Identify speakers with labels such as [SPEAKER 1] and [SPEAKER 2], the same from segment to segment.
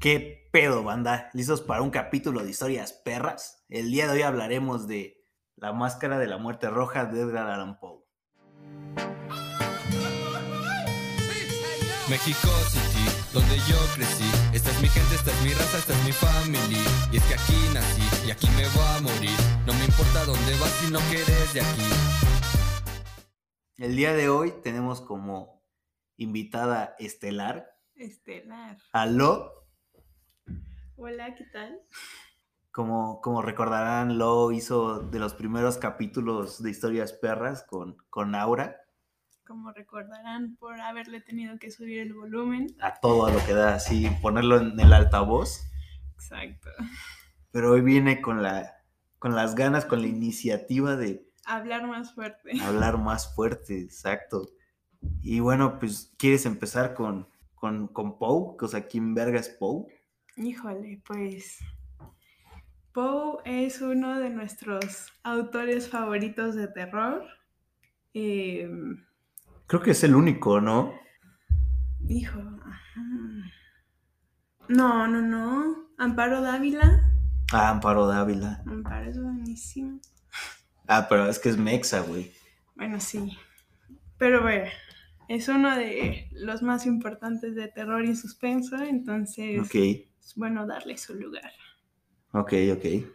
[SPEAKER 1] ¿Qué pedo, banda? ¿Listos para un capítulo de historias perras? El día de hoy hablaremos de La Máscara de la Muerte Roja de Edgar Allan Poe.
[SPEAKER 2] México City, donde yo crecí. Esta es mi gente, esta es mi raza, esta es mi family. Y es que aquí nací y aquí me voy a morir. No me importa dónde vas si no quieres de aquí.
[SPEAKER 1] El día de hoy tenemos como invitada estelar
[SPEAKER 3] Estelar.
[SPEAKER 1] a Lo.
[SPEAKER 3] Hola, ¿qué tal?
[SPEAKER 1] Como, como recordarán, Lo hizo de los primeros capítulos de Historias Perras con, con Aura.
[SPEAKER 3] Como recordarán por haberle tenido que subir el volumen.
[SPEAKER 1] A todo a lo que da, así, ponerlo en el altavoz.
[SPEAKER 3] Exacto.
[SPEAKER 1] Pero hoy viene con, la, con las ganas, con la iniciativa de
[SPEAKER 3] Hablar más fuerte.
[SPEAKER 1] hablar más fuerte, exacto. Y bueno, pues, ¿quieres empezar con, con, con Poe? O sea, ¿quién verga es Poe?
[SPEAKER 3] Híjole, pues. Poe es uno de nuestros autores favoritos de terror. Eh,
[SPEAKER 1] Creo que es el único, ¿no?
[SPEAKER 3] hijo. ajá. No, no, no. Amparo Dávila.
[SPEAKER 1] Ah, Amparo Dávila.
[SPEAKER 3] Amparo es buenísimo.
[SPEAKER 1] Ah, pero es que es Mexa, güey.
[SPEAKER 3] Bueno, sí. Pero bueno, es uno de los más importantes de terror y suspenso, entonces
[SPEAKER 1] Ok,
[SPEAKER 3] es bueno darle su lugar.
[SPEAKER 1] ok, ok.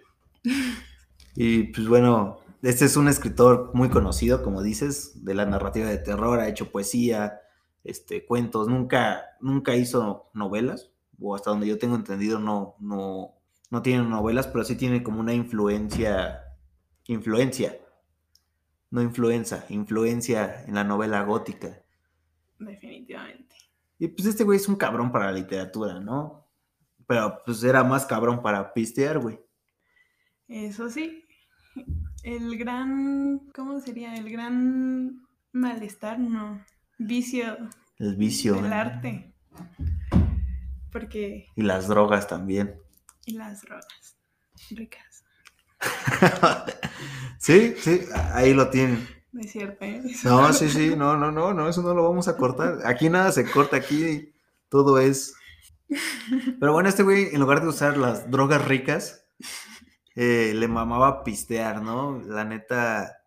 [SPEAKER 1] Y pues bueno, este es un escritor muy conocido, como dices, de la narrativa de terror, ha hecho poesía, este, cuentos, nunca, nunca hizo novelas, o hasta donde yo tengo entendido no, no, no tiene novelas, pero sí tiene como una influencia, influencia, no influenza, influencia en la novela gótica.
[SPEAKER 3] Definitivamente.
[SPEAKER 1] Y pues este güey es un cabrón para la literatura, ¿no? Pero pues era más cabrón para pistear, güey.
[SPEAKER 3] Eso sí, el gran, ¿cómo sería? El gran malestar, no, vicio
[SPEAKER 1] El vicio.
[SPEAKER 3] del
[SPEAKER 1] ¿no?
[SPEAKER 3] arte. Porque,
[SPEAKER 1] Y las drogas también.
[SPEAKER 3] y las drogas, ricas,
[SPEAKER 1] sí, sí, ahí lo tienen.
[SPEAKER 3] no es cierto. ¿eh? Eso
[SPEAKER 1] No, sí, sí, no, no, no, no, eso no lo vamos a cortar. Aquí nada se corta, aquí todo es. Pero bueno, este güey, en lugar de usar las drogas ricas, eh, le mamaba pistear, ¿no? La neta,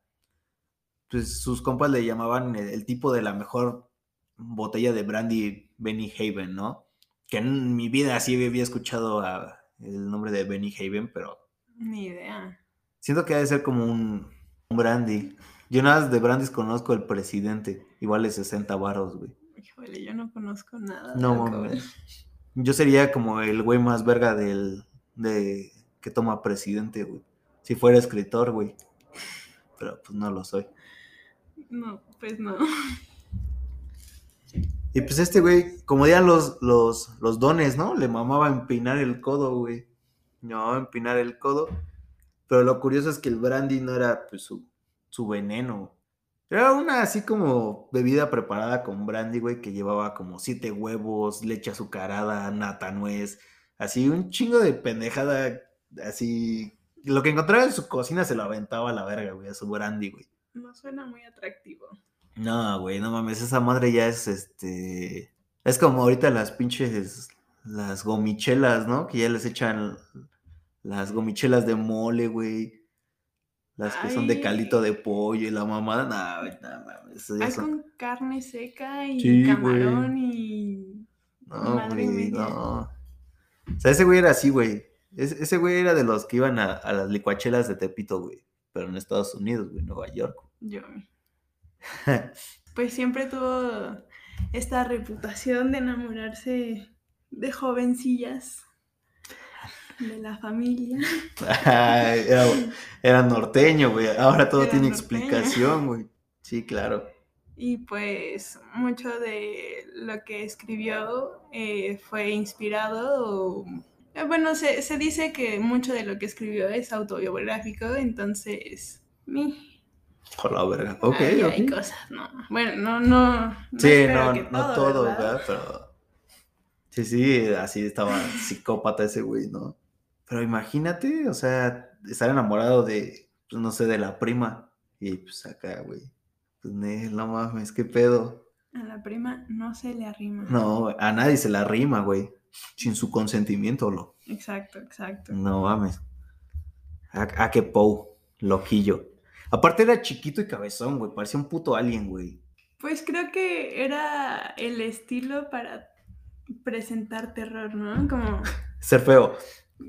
[SPEAKER 1] pues sus compas le llamaban el, el tipo de la mejor botella de brandy Benny Haven, ¿no? Que en mi vida así había escuchado a- el nombre de Benny Haven, pero
[SPEAKER 3] Ni idea.
[SPEAKER 1] Siento que ha de ser como un, un brandy. Yo nada más de brandies conozco el presidente. Igual de 60 varos, güey.
[SPEAKER 3] Híjole, yo no conozco nada. de
[SPEAKER 1] No,
[SPEAKER 3] alcohol.
[SPEAKER 1] mames. Yo sería como el güey más verga del de que toma presidente, güey. Si fuera escritor, güey. Pero pues no lo soy.
[SPEAKER 3] No, pues no.
[SPEAKER 1] Y pues este güey, como dirían los, los, los dones, ¿no? Le mamaba empinar el codo, güey. No, empinar el codo. Pero lo curioso es que el brandy no era pues, su, su veneno. Era una así como bebida preparada con brandy, güey, que llevaba como siete huevos, leche azucarada, nata, nuez. Así un chingo de pendejada, así... Lo que encontraba en su cocina se lo aventaba a la verga, güey, a su brandy, güey.
[SPEAKER 3] No suena muy atractivo.
[SPEAKER 1] No, güey, no mames, esa madre ya es este. Es como ahorita las pinches. Las gomichelas, ¿no? Que ya les echan las gomichelas de mole, güey. Las que son de
[SPEAKER 3] Ay.
[SPEAKER 1] calito de pollo y la mamada. No, güey, no mames. eso ya
[SPEAKER 3] Hay
[SPEAKER 1] son-
[SPEAKER 3] con carne seca y
[SPEAKER 1] Sí, güey.
[SPEAKER 3] camarón y.
[SPEAKER 1] No,
[SPEAKER 3] madre
[SPEAKER 1] güey,
[SPEAKER 3] media.
[SPEAKER 1] no. O sea, ese güey era así, güey. Es- ese güey era de los que iban a, a las licuachelas de Tepito, güey. Pero en Estados Unidos, güey, Nueva York.
[SPEAKER 3] Yo. Pues siempre tuvo esta reputación de enamorarse de jovencillas de la familia.
[SPEAKER 1] Ay, era, era norteño, güey. Ahora todo
[SPEAKER 3] Era
[SPEAKER 1] tiene
[SPEAKER 3] norteño.
[SPEAKER 1] explicación, güey. Sí, claro.
[SPEAKER 3] Y pues mucho de lo que escribió eh, fue inspirado. o- eh, Bueno, se, se dice que mucho de lo que escribió es autobiográfico, entonces. mi,
[SPEAKER 1] Por la verga. Ok,
[SPEAKER 3] Ay,
[SPEAKER 1] ok.
[SPEAKER 3] hay cosas, no. Bueno, no, no. no
[SPEAKER 1] sí,
[SPEAKER 3] espero
[SPEAKER 1] no,
[SPEAKER 3] que
[SPEAKER 1] no todo,
[SPEAKER 3] ¿verdad?
[SPEAKER 1] ¿verdad? Pero. Sí, sí, así estaba psicópata ese güey, ¿no? Pero imagínate, o sea, estar enamorado de, pues, no sé, de la prima. Y pues acá, güey. Pues ne, no mames, qué pedo.
[SPEAKER 3] A la prima no se le arrima.
[SPEAKER 1] No, a nadie se la rima, güey. sin su consentimiento, lo.
[SPEAKER 3] Exacto, exacto.
[SPEAKER 1] No mames. A, a que Pou, loquillo. Aparte era chiquito y cabezón, güey. Parecía un puto alien, güey.
[SPEAKER 3] Pues creo que era el estilo para presentar terror, ¿no? Como,
[SPEAKER 1] Ser feo.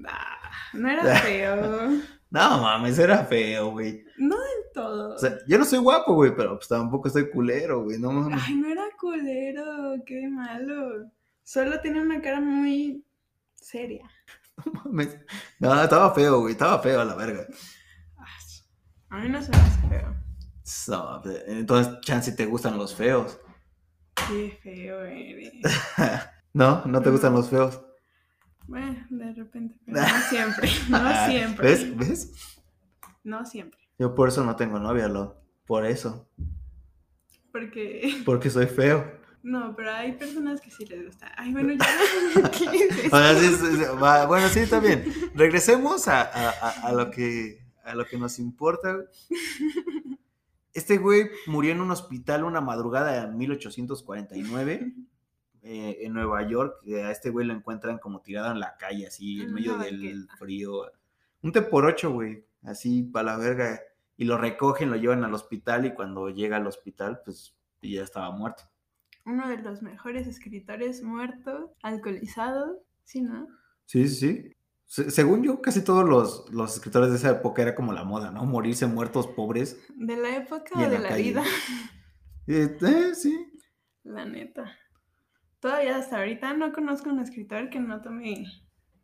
[SPEAKER 3] ah, no era feo,
[SPEAKER 1] No mames, era feo, güey.
[SPEAKER 3] no del todo.
[SPEAKER 1] O sea, yo no soy guapo, güey, pero pues tampoco soy culero, güey. No mames.
[SPEAKER 3] Ay, no era culero, qué malo. Solo tenía una cara muy seria.
[SPEAKER 1] No mames. No, estaba feo, güey. Estaba feo a la verga.
[SPEAKER 3] Ah, A mí no se me hace feo.
[SPEAKER 1] No, pues, entonces, chance te gustan los feos.
[SPEAKER 3] Qué feo eres.
[SPEAKER 1] No, no te gustan los feos.
[SPEAKER 3] Bueno, de repente, pero no siempre, no siempre.
[SPEAKER 1] Ah, ¿Ves? ¿Ves?
[SPEAKER 3] No siempre.
[SPEAKER 1] Yo por eso no tengo novia, lo. Por eso.
[SPEAKER 3] Porque,
[SPEAKER 1] Porque soy feo.
[SPEAKER 3] no, pero hay personas que sí les gusta. Ay, bueno, ya. ¿Qué es eso?
[SPEAKER 1] Ahora sí, sí, sí, va, bueno, sí, está bien. Regresemos a, a- a- a lo que, a lo que nos importa. güey. Este güey murió en un hospital una madrugada de 1849 eh, en Nueva York. Eh, A este güey lo encuentran como tirado en la calle, así, en
[SPEAKER 3] En
[SPEAKER 1] medio
[SPEAKER 3] una
[SPEAKER 1] del
[SPEAKER 3] banqueta.
[SPEAKER 1] frío. Un té por ocho, güey, así, para la verga. Y lo recogen, lo llevan al hospital y cuando llega al hospital, pues ya estaba muerto.
[SPEAKER 3] Uno de los mejores escritores muerto, alcoholizado, ¿sí, no?
[SPEAKER 1] Sí, sí, sí. Se- según yo, casi todos los, los escritores de esa época era como la moda, ¿no? Morirse muertos pobres.
[SPEAKER 3] De la época
[SPEAKER 1] Y
[SPEAKER 3] o
[SPEAKER 1] en
[SPEAKER 3] de
[SPEAKER 1] la
[SPEAKER 3] la
[SPEAKER 1] calle.
[SPEAKER 3] vida.
[SPEAKER 1] Eh, eh, sí.
[SPEAKER 3] La neta. Todavía hasta ahorita no conozco un escritor que no tome.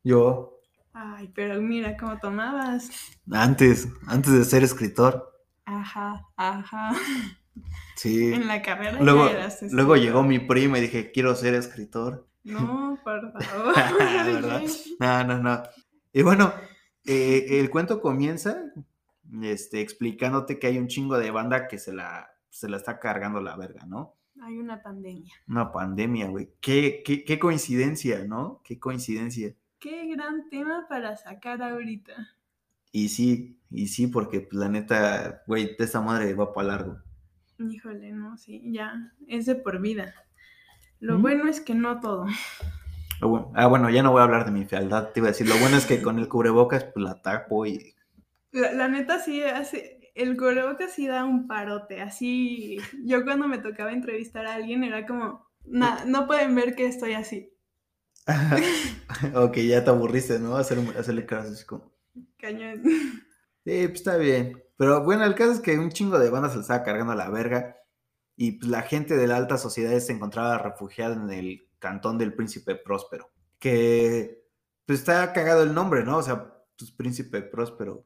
[SPEAKER 1] Yo,
[SPEAKER 3] Ay, pero mira cómo tomabas.
[SPEAKER 1] antes, antes de ser escritor,
[SPEAKER 3] Ajá, ajá.
[SPEAKER 1] sí.
[SPEAKER 3] En la carrera ya
[SPEAKER 1] Luego,
[SPEAKER 3] eras
[SPEAKER 1] luego
[SPEAKER 3] escritor.
[SPEAKER 1] llegó mi prima y dije, quiero ser escritor.
[SPEAKER 3] No, por favor.
[SPEAKER 1] ¿Verdad? No, no, no. Y bueno, eh, el cuento comienza este, explicándote que hay un chingo de banda que se la, se la está cargando la verga, ¿no?
[SPEAKER 3] Hay una pandemia.
[SPEAKER 1] Una pandemia, güey. Qué, qué, qué coincidencia, ¿no? Qué coincidencia.
[SPEAKER 3] Qué gran tema para sacar ahorita.
[SPEAKER 1] Y sí, y sí, porque pues, la neta, güey, esta madre va para largo.
[SPEAKER 3] Híjole, no, sí, ya. Es de por vida. Lo
[SPEAKER 1] ¿Mm?
[SPEAKER 3] bueno es que no todo.
[SPEAKER 1] Lo bueno- ah, bueno, ya no voy a hablar de mi fealdad, te iba a decir. Lo bueno es que con el cubrebocas, pues la tapo y.
[SPEAKER 3] La, la neta sí hace. El cubrebocas sí da un parote. Así. Yo cuando me tocaba entrevistar a alguien era como. "Na- no pueden ver que estoy así.
[SPEAKER 1] ok, ya te aburriste, ¿no? Hacer, hacerle caras así como.
[SPEAKER 3] Cañón.
[SPEAKER 1] Sí, pues está bien. Pero bueno, el caso es que un chingo de bandas se les estaba cargando a la verga. Y pues la gente de la alta sociedad se encontraba refugiada en el cantón del Príncipe Próspero. Que pues está cagado el nombre, ¿no? O sea, pues Príncipe Próspero.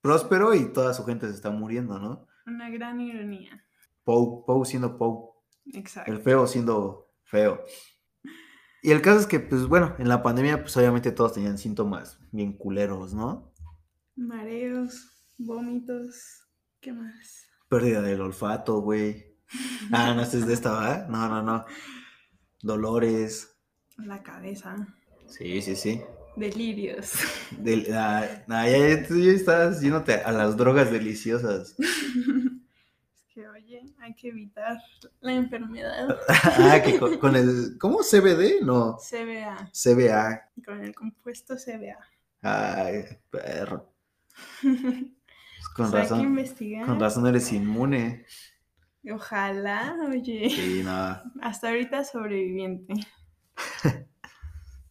[SPEAKER 1] Próspero y toda su gente se está muriendo, ¿no?
[SPEAKER 3] Una gran ironía.
[SPEAKER 1] Pou, Pou siendo Pou. El
[SPEAKER 3] Exacto.
[SPEAKER 1] feo siendo feo. Y el caso es que, pues bueno, en la pandemia, pues obviamente todos tenían síntomas bien culeros, ¿no?
[SPEAKER 3] Mareos, vómitos. ¿Qué más?
[SPEAKER 1] Pérdida del olfato, güey. Ah, no, este es de esta, ¿verdad? No, no, no. Dolores.
[SPEAKER 3] La cabeza.
[SPEAKER 1] Sí, sí, sí.
[SPEAKER 3] Delirios.
[SPEAKER 1] Del, ah, ah, ya, ya- tú ya estás yéndote a las drogas deliciosas.
[SPEAKER 3] es que, oye, hay que evitar la enfermedad.
[SPEAKER 1] Ah, que con, con el. ¿Cómo? ¿CBD? No.
[SPEAKER 3] CBA.
[SPEAKER 1] CBA.
[SPEAKER 3] Con el compuesto CBA.
[SPEAKER 1] Ay, perro. Pues Con
[SPEAKER 3] O sea, ¿eh? Hay que
[SPEAKER 1] razón.
[SPEAKER 3] investigar.
[SPEAKER 1] Con razón eres inmune.
[SPEAKER 3] Ojalá, oye.
[SPEAKER 1] Sí, nada.
[SPEAKER 3] Hasta ahorita sobreviviente.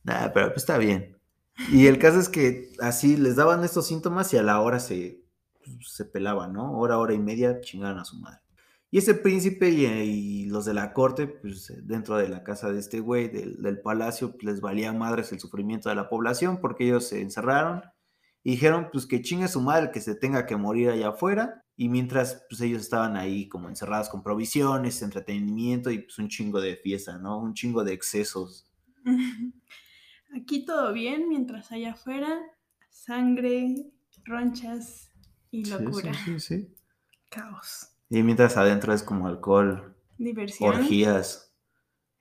[SPEAKER 1] Nada, pero pues está bien. Y el caso es que así les daban estos síntomas y a la hora se, se pelaban, ¿no? Hora, hora y media chingaban a su madre. Y ese príncipe y, y los de la corte, pues dentro de la casa de este güey, del, del palacio, pues, les valía madres el sufrimiento de la población porque ellos se encerraron y dijeron, pues que chingue su madre que se tenga que morir allá afuera. Y mientras, pues ellos estaban ahí como encerrados con provisiones, entretenimiento y pues un chingo de fiesta, ¿no? Un chingo de excesos.
[SPEAKER 3] Aquí todo bien, mientras allá afuera, sangre, ronchas y
[SPEAKER 1] Sí,
[SPEAKER 3] locura.
[SPEAKER 1] Sí, sí, sí.
[SPEAKER 3] Caos.
[SPEAKER 1] Y mientras adentro es como alcohol,
[SPEAKER 3] Diversión.
[SPEAKER 1] orgías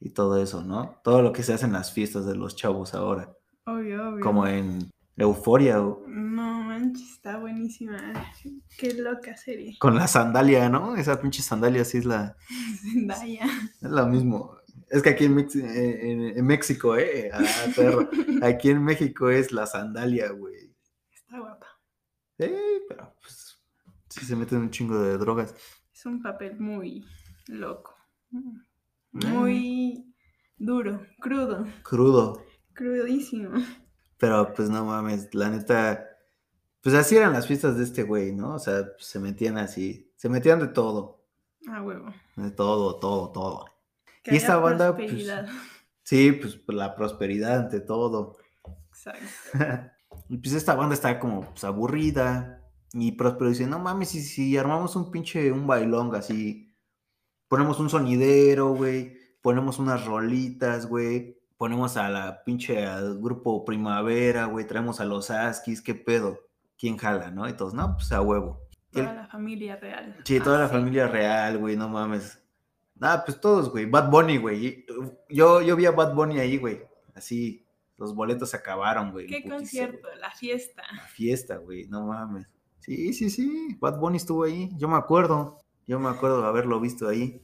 [SPEAKER 1] y todo eso, ¿no? Todo lo que se hace en las fiestas de los chavos ahora,
[SPEAKER 3] Obvio, obvio.
[SPEAKER 1] como en Euforia,
[SPEAKER 3] No manches, está buenísima. Qué loca serie.
[SPEAKER 1] con la sandalia, ¿no? Esa pinche sandalia sí es la,
[SPEAKER 3] Zendaya.
[SPEAKER 1] es la mismo. Es que aquí en, Mex- en- en México, ¿eh? Ah, perro. Aquí en México es la sandalia, güey.
[SPEAKER 3] Está guapa.
[SPEAKER 1] Eh, pero pues sí se meten un chingo de drogas.
[SPEAKER 3] Es un papel muy loco.
[SPEAKER 1] Mm.
[SPEAKER 3] Muy duro, crudo,
[SPEAKER 1] Mm, Crudo.
[SPEAKER 3] crudísimo.
[SPEAKER 1] Pero pues no mames, la neta. Pues así eran las fiestas de este güey, ¿no? O sea, pues, se metían así. Se metían de todo.
[SPEAKER 3] A Ah, huevo.
[SPEAKER 1] De todo, todo, todo.
[SPEAKER 3] Que
[SPEAKER 1] Y
[SPEAKER 3] haya
[SPEAKER 1] esta banda, pues,
[SPEAKER 3] prosperidad.
[SPEAKER 1] Sí, pues por la prosperidad ante todo.
[SPEAKER 3] Exacto.
[SPEAKER 1] Y pues esta banda está como pues, aburrida. Y Prospero dice, no mames, si, si armamos un pinche, un bailón así, ponemos un sonidero, güey, ponemos unas rolitas, güey, ponemos a la pinche al grupo Primavera, güey, traemos a los Askis, qué pedo, quién jala, ¿no? Y todos, no, pues a huevo. Y el-
[SPEAKER 3] Toda la familia real. Ah,
[SPEAKER 1] Sí, toda la
[SPEAKER 3] Así.
[SPEAKER 1] familia real, güey, no mames. Ah, pues todos, güey. Bad Bunny, güey. y- uh, Yo, yo vi a Bad Bunny ahí, güey. Así, los boletos se acabaron, güey. en
[SPEAKER 3] ¿Qué
[SPEAKER 1] putiza,
[SPEAKER 3] concierto? La fiesta.
[SPEAKER 1] la fiesta, güey, no mames. Sí, sí, sí, Bad Bunny estuvo ahí, yo me acuerdo, yo me acuerdo de haberlo visto ahí.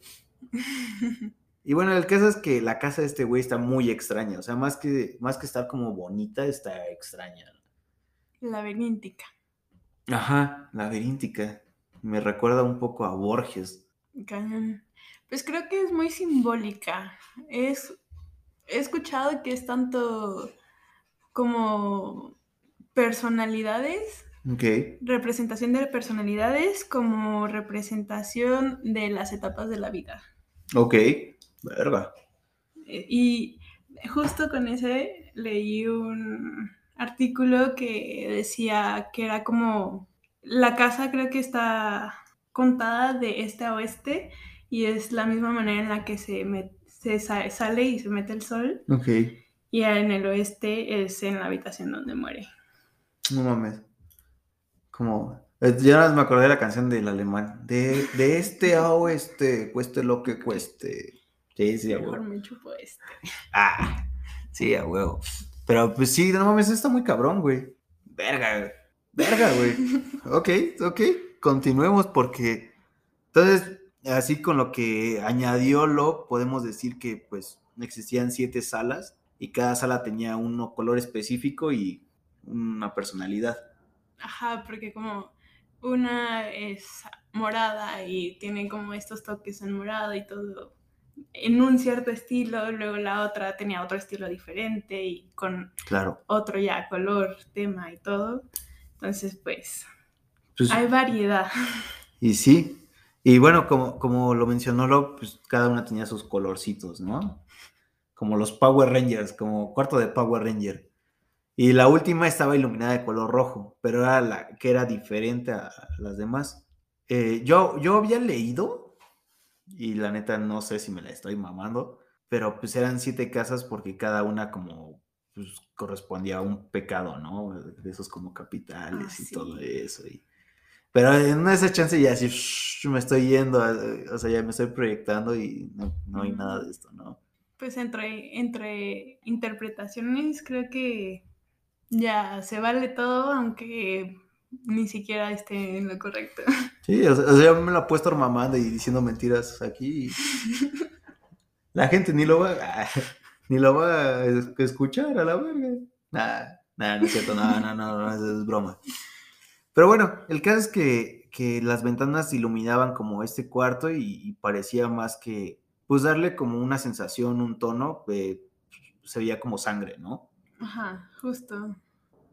[SPEAKER 1] Y bueno, el caso es que la casa de este güey está muy extraña, o sea, más que, más que estar como bonita, está extraña.
[SPEAKER 3] Laberíntica.
[SPEAKER 1] Ajá, laberíntica. Me recuerda un poco a Borges.
[SPEAKER 3] Cañón. Pues creo que es muy simbólica. Es, he escuchado que es tanto como personalidades,
[SPEAKER 1] Ok.
[SPEAKER 3] representación de personalidades, como representación de las etapas de la vida.
[SPEAKER 1] Ok. Verga.
[SPEAKER 3] Eh, Y justo con ese leí un artículo que decía que era como la casa creo que está contada de este a oeste y es la misma manera en la que se, met- se sa- sale y se mete el sol
[SPEAKER 1] Ok.
[SPEAKER 3] y en el oeste es en la habitación donde muere.
[SPEAKER 1] No mames. Como. eh, Ya nada más me acordé de la canción del alemán. De, de este a oeste, cueste lo que cueste. Sí, sí, a
[SPEAKER 3] Mejor
[SPEAKER 1] huevo.
[SPEAKER 3] me chupo este.
[SPEAKER 1] Ah, sí, a huevo. Pero pues sí, no mames, está muy cabrón, güey. Verga, güey. verga, güey. Ok, ok. Continuemos porque. Entonces, así con lo que añadió Lo, podemos decir que pues existían siete salas y cada sala tenía un color específico y una personalidad.
[SPEAKER 3] Ajá, porque como una es morada y tiene como estos toques en morado y todo en un cierto estilo, luego la otra tenía otro estilo diferente y con
[SPEAKER 1] Claro.
[SPEAKER 3] otro ya color, tema y todo. Entonces, pues,
[SPEAKER 1] Pues,
[SPEAKER 3] hay variedad.
[SPEAKER 1] y sí. Y bueno, como, como lo mencionó Lo, pues cada una tenía sus colorcitos, ¿no? Como los Power Rangers, como cuarto de Power Ranger. Y la última estaba iluminada de color rojo, pero era la que era diferente a las demás. Eh, yo, yo había leído, y la neta no sé si me la estoy mamando, pero pues eran siete casas porque cada una como pues, correspondía a un pecado, ¿no? De esos como capitales
[SPEAKER 3] Ah,
[SPEAKER 1] y
[SPEAKER 3] sí.
[SPEAKER 1] todo eso. y- Pero en una de esas chances ya así me estoy yendo, a- o sea, ya me estoy proyectando y no, no hay nada de esto, ¿no?
[SPEAKER 3] Pues entre, entre interpretaciones creo que ya se vale todo, aunque ni siquiera esté en lo correcto.
[SPEAKER 1] Sí, o sea, o sea, yo me la he puesto mamando y diciendo mentiras aquí. y La gente ni lo va, ni lo va a es- escuchar a la verga. Nah, nah, no es cierto, no, no, no, no, es, es broma. Pero bueno, el caso es que, que las ventanas iluminaban como este cuarto y, y parecía más que, pues darle como una sensación, un tono, eh, se veía como sangre, ¿no?
[SPEAKER 3] Ajá, justo.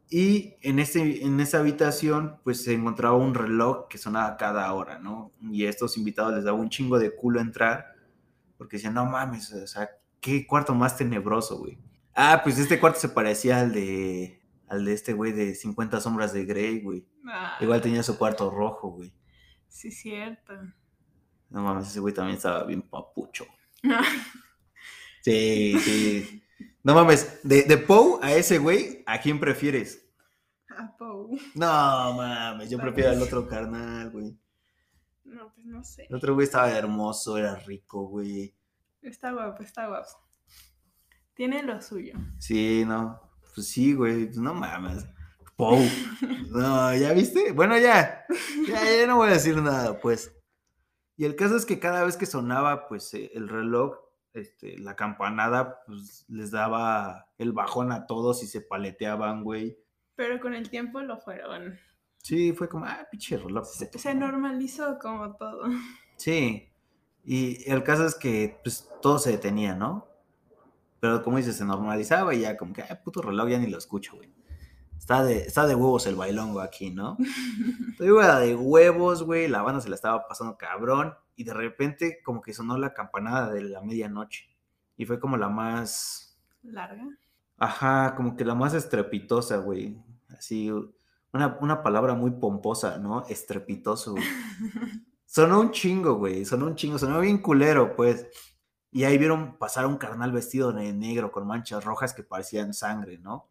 [SPEAKER 1] Y en, este, en esa habitación, pues se encontraba un reloj que sonaba cada hora, ¿no? Y a estos invitados les daba un chingo de culo entrar, porque decían, no mames, o sea, qué cuarto más tenebroso, güey. Ah, pues este cuarto se parecía al de, al de este güey de 50 sombras de Grey, güey.
[SPEAKER 3] Ah,
[SPEAKER 1] Igual tenía su cuarto rojo, güey.
[SPEAKER 3] Sí, cierto.
[SPEAKER 1] No mames, ese güey también estaba bien papucho. Sí, sí. No mames, de, de Poe a ese güey, ¿a quién prefieres?
[SPEAKER 3] Apo.
[SPEAKER 1] No mames, yo prefiero al otro carnal, güey.
[SPEAKER 3] No, pues no sé.
[SPEAKER 1] El otro güey estaba hermoso, era rico, güey.
[SPEAKER 3] Está guapo, está guapo. Tiene lo suyo.
[SPEAKER 1] Sí, no. Pues sí, güey. No mames. Pou. No, ¿ya viste? Bueno, ya. ya. Ya no voy a decir nada, pues. Y el caso es que cada vez que sonaba, pues, eh, el reloj, este, la campanada pues, les daba el bajón a todos y se paleteaban, güey.
[SPEAKER 3] Pero con el tiempo lo fueron.
[SPEAKER 1] Sí, fue como, ah, pinche rola.
[SPEAKER 3] Se, se normalizó como todo.
[SPEAKER 1] Sí. Y el caso es que pues todo se detenía, ¿no? Pero como dices, se normalizaba y ya como que, ah, puto reloj, ya ni lo escucho, güey. Está de, está de huevos el bailongo aquí, ¿no? Estoy de huevos, güey. La banda se la estaba pasando cabrón. Y de repente, como que sonó la campanada de la medianoche. Y fue como la más.
[SPEAKER 3] Larga.
[SPEAKER 1] Ajá, como que la más estrepitosa, güey. Así, una, una palabra muy pomposa, ¿no? Estrepitoso. güey. Sonó un chingo, güey. Sonó un chingo. Sonó bien culero, pues. Y ahí vieron pasar a un carnal vestido de negro con manchas rojas que parecían sangre, ¿no?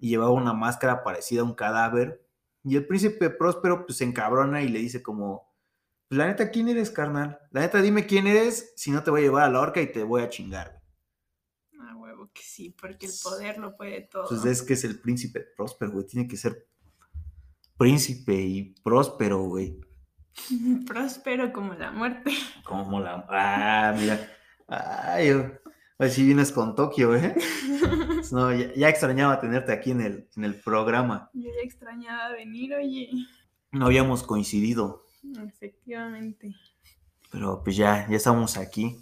[SPEAKER 1] y llevaba una máscara parecida a un cadáver. Y el príncipe próspero pues se encabrona y le dice como, pues la neta, ¿quién eres, carnal? La neta, dime quién eres, si no te voy a llevar a la horca y te voy a chingar.
[SPEAKER 3] Ah, huevo, que sí, porque el poder lo puede todo.
[SPEAKER 1] Pues es que es el príncipe próspero, güey, tiene que ser príncipe y próspero, güey.
[SPEAKER 3] Próspero como la muerte.
[SPEAKER 1] Como la... Ah, mira. Ay, yo... Ay, si vienes con Tokio, ¿eh? No, ya, ya, extrañaba tenerte aquí en el, en el programa.
[SPEAKER 3] Yo ya extrañaba venir, oye.
[SPEAKER 1] No habíamos coincidido.
[SPEAKER 3] Efectivamente.
[SPEAKER 1] Pero pues ya, ya estamos aquí.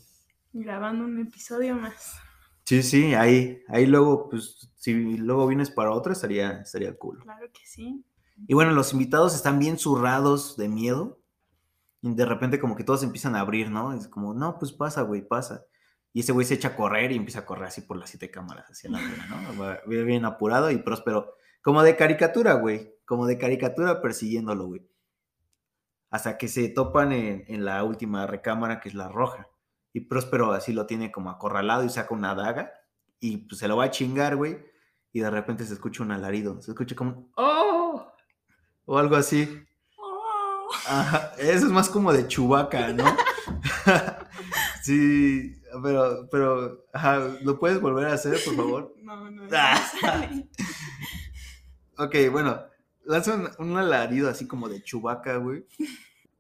[SPEAKER 3] Grabando un episodio más.
[SPEAKER 1] Sí, sí, ahí, ahí luego, pues, si luego vienes para otro, estaría, estaría cool.
[SPEAKER 3] Claro que sí.
[SPEAKER 1] Y bueno, los invitados están bien zurrados de miedo. Y de repente como que todos empiezan a abrir, ¿no? Es como, no, pues pasa, güey, pasa. Y ese güey se echa a correr y empieza a correr así por las siete cámaras, hacia la vera, ¿no? Bien, bien apurado y próspero. Como de caricatura, güey. Como de caricatura persiguiéndolo, güey. Hasta que se topan en, en, la última recámara, que es la roja. Y Próspero así lo tiene como acorralado y saca una daga. Y pues se lo va a chingar, güey. Y de repente se escucha un alarido. Se escucha como ¡Oh! O algo así. Oh. Ajá. Eso es más como de chubaca, ¿no? sí pero, pero, ajá, ¿lo puedes volver a hacer, por favor?
[SPEAKER 3] No, no. no
[SPEAKER 1] ok, bueno, lanza un, un, alarido así como de chubaca, güey,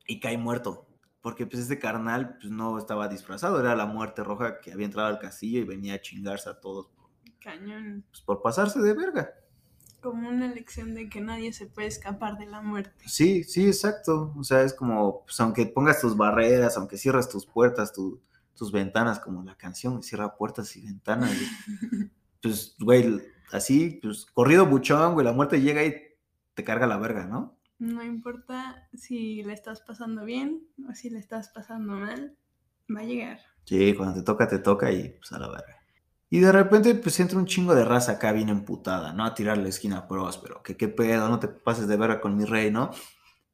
[SPEAKER 1] y cae muerto. Porque, pues, este carnal, pues, no estaba disfrazado, era la muerte roja que había entrado al castillo y venía a chingarse a todos.
[SPEAKER 3] Cañón.
[SPEAKER 1] Pues, por pasarse de verga.
[SPEAKER 3] Como una lección de que nadie se puede escapar de la muerte.
[SPEAKER 1] Sí, sí, exacto. O sea, es como, pues, aunque pongas tus barreras, aunque cierres tus puertas, tu tus ventanas, como la canción, cierra puertas y ventanas. Güey. Pues, güey, así, pues, corrido buchón, güey, la muerte llega y te carga la verga, ¿no?
[SPEAKER 3] No importa si la estás pasando bien o si la estás pasando mal, va a llegar.
[SPEAKER 1] Sí, cuando te toca, te toca y pues a la verga. Y de repente, pues entra un chingo de raza acá bien emputada, ¿no? A tirar la esquina a próspero, que qué pedo, no te pases de verga con mi rey, ¿no?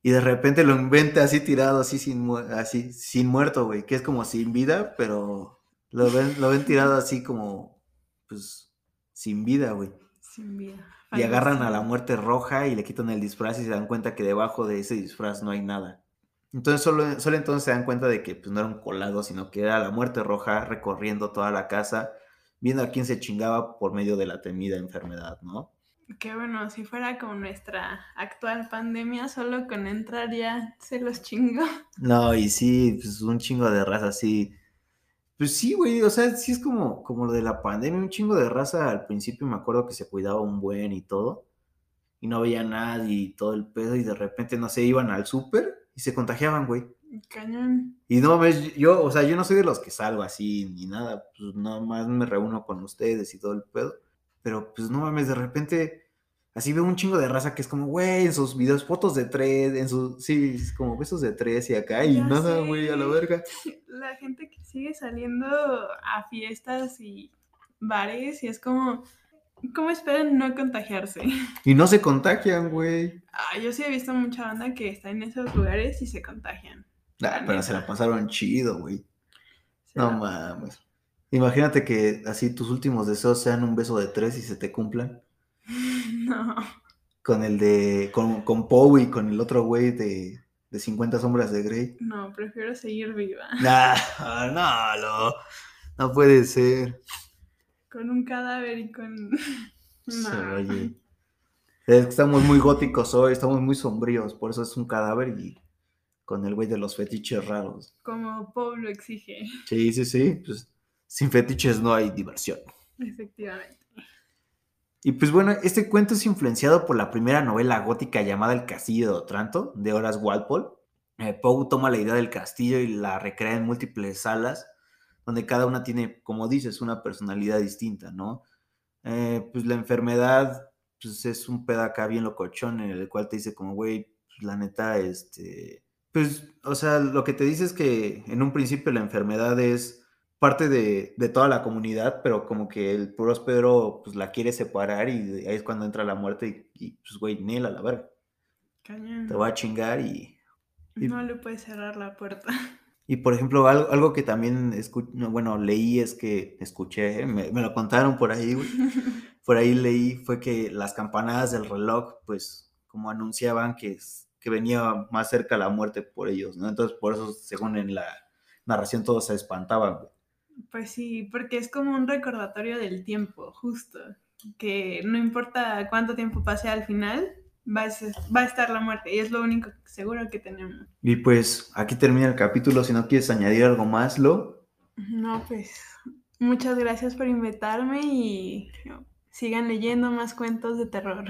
[SPEAKER 1] y de repente lo inventa así tirado, así sin, así, sin muerto, güey, que es como sin vida, pero lo ven, lo ven tirado así como, pues, sin vida, güey.
[SPEAKER 3] Sin vida.
[SPEAKER 1] Y agarran a la muerte roja y le quitan el disfraz y se dan cuenta que debajo de ese disfraz no hay nada. Entonces, solo, solo entonces se dan cuenta de que pues, no era un colado, sino que era la muerte roja recorriendo toda la casa, viendo a quién se chingaba por medio de la temida enfermedad, ¿no?
[SPEAKER 3] que bueno, si fuera como nuestra actual pandemia, solo con entrar ya se los chingo.
[SPEAKER 1] No, y sí, pues un chingo de raza, sí. Pues sí, güey, o sea, sí es como, como lo de la pandemia, un chingo de raza al principio me acuerdo que se cuidaba un buen y todo, y no veía a nadie y todo el pedo, y de repente, no sé, iban al súper y se contagiaban, güey.
[SPEAKER 3] Cañón.
[SPEAKER 1] Y no, ves, yo, o sea, yo no soy de los que salgo así ni nada, pues nada más me reúno con ustedes y todo el pedo pero pues no mames, de repente así veo un chingo de raza que es como, güey, en sus videos, fotos de tres, en sus, sí, es como besos de tres y acá, y ya nada, güey, a la verga.
[SPEAKER 3] La gente que sigue saliendo a fiestas y bares y es como, ¿cómo esperan no contagiarse?
[SPEAKER 1] Y no se contagian, güey.
[SPEAKER 3] Ah, yo sí he visto mucha banda que está en esos lugares y se contagian.
[SPEAKER 1] Ah, pero se la pasaron chido, güey. No la... mames. Imagínate que así tus últimos deseos sean un beso de tres y se te cumplan.
[SPEAKER 3] No.
[SPEAKER 1] Con el de. Con, con Poe y con el otro güey de, de 50 Sombras de Grey.
[SPEAKER 3] No, prefiero seguir viva.
[SPEAKER 1] Nah, no, no, no puede ser.
[SPEAKER 3] Con un cadáver y con.
[SPEAKER 1] No. Oye. Es que estamos muy góticos hoy, estamos muy sombríos, por eso es un cadáver y con el güey de los fetiches raros.
[SPEAKER 3] Como Pablo exige.
[SPEAKER 1] Sí, sí, sí. Pues sin fetiches no hay diversión.
[SPEAKER 3] Efectivamente.
[SPEAKER 1] Y pues bueno, este cuento es influenciado por la primera novela gótica llamada El Castillo de Otranto, de Horace Walpole. Eh, Poe toma la idea del castillo y la recrea en múltiples salas, donde cada una tiene, como dices, una personalidad distinta, ¿no? Eh, pues la enfermedad pues es un pedo acá bien locochón en el cual te dice como, güey, pues la neta, este, pues, o sea, lo que te dice es que en un principio la enfermedad es parte de, de toda la comunidad, pero como que el próspero pues la quiere separar y de- ahí es cuando entra la muerte y, y, pues, güey, Nela, la verga,
[SPEAKER 3] Cañón.
[SPEAKER 1] te va a chingar y... y-
[SPEAKER 3] No le puedes cerrar la puerta.
[SPEAKER 1] Y por ejemplo, algo, algo que también escu- no, bueno, leí es que escuché, eh, me, me lo contaron por ahí, güey, por ahí leí, fue que las campanadas del reloj, pues como anunciaban que, es- que venía más cerca la muerte por ellos, ¿no? Entonces por eso, según en la narración, todos se espantaban, güey.
[SPEAKER 3] Pues sí, porque es como un recordatorio del tiempo, justo. Que no importa cuánto tiempo pase al final, va a, ser- va a estar la muerte. Y es lo único seguro que tenemos.
[SPEAKER 1] Y pues aquí termina el capítulo, si no quieres añadir algo más, Lo.
[SPEAKER 3] No, pues muchas gracias por invitarme y sigan leyendo más cuentos de terror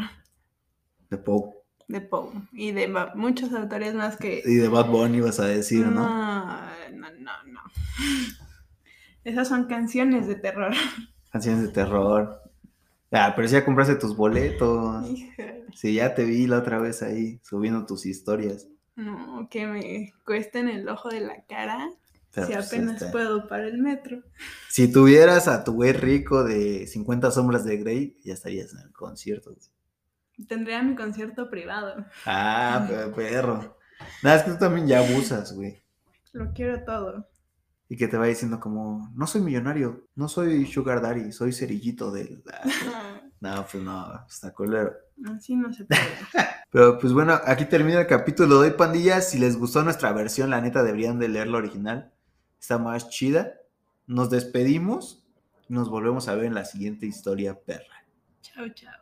[SPEAKER 1] De Poe
[SPEAKER 3] de Poe y de va- muchos autores más que...
[SPEAKER 1] y de Bad Bunny vas a decir,
[SPEAKER 3] Ah.
[SPEAKER 1] ¿no?
[SPEAKER 3] no, no, no. Esas son canciones de terror.
[SPEAKER 1] Canciones de terror. Ah, pero si ya compraste tus boletos.
[SPEAKER 3] Híjole.
[SPEAKER 1] Sí, ya te vi la otra vez ahí subiendo tus historias.
[SPEAKER 3] No, que me cuesten el ojo de la cara
[SPEAKER 1] Pero,
[SPEAKER 3] si
[SPEAKER 1] pues,
[SPEAKER 3] apenas
[SPEAKER 1] este,
[SPEAKER 3] puedo para el metro.
[SPEAKER 1] Si tuvieras a tu güey rico de 50 sombras de Grey, ya estarías en el concierto. güey.
[SPEAKER 3] Tendría mi concierto privado.
[SPEAKER 1] Ah, pe- perro. Nada, es que tú también ya abusas, güey.
[SPEAKER 3] Lo quiero todo.
[SPEAKER 1] Y que te va diciendo como, no soy millonario, no soy sugar daddy, soy cerillito de... No, pues no, está culero.
[SPEAKER 3] Ah, Así no se puede.
[SPEAKER 1] Pero pues bueno, aquí termina el capítulo de hoy, pandilla. Si les gustó nuestra versión, la neta deberían de leer la original. Está más chida. Nos despedimos. Nos volvemos a ver en la siguiente historia, perra.
[SPEAKER 3] chao, chao.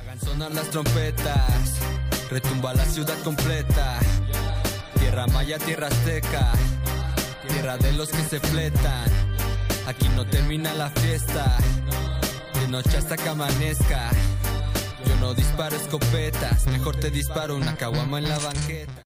[SPEAKER 2] Hagan sonar las trompetas, retumba la ciudad completa. Tierra maya, tierra azteca, tierra de los que se fletan. Aquí no termina la fiesta, de noche hasta que amanezca. Yo no disparo escopetas, mejor te disparo una caguama en la banqueta.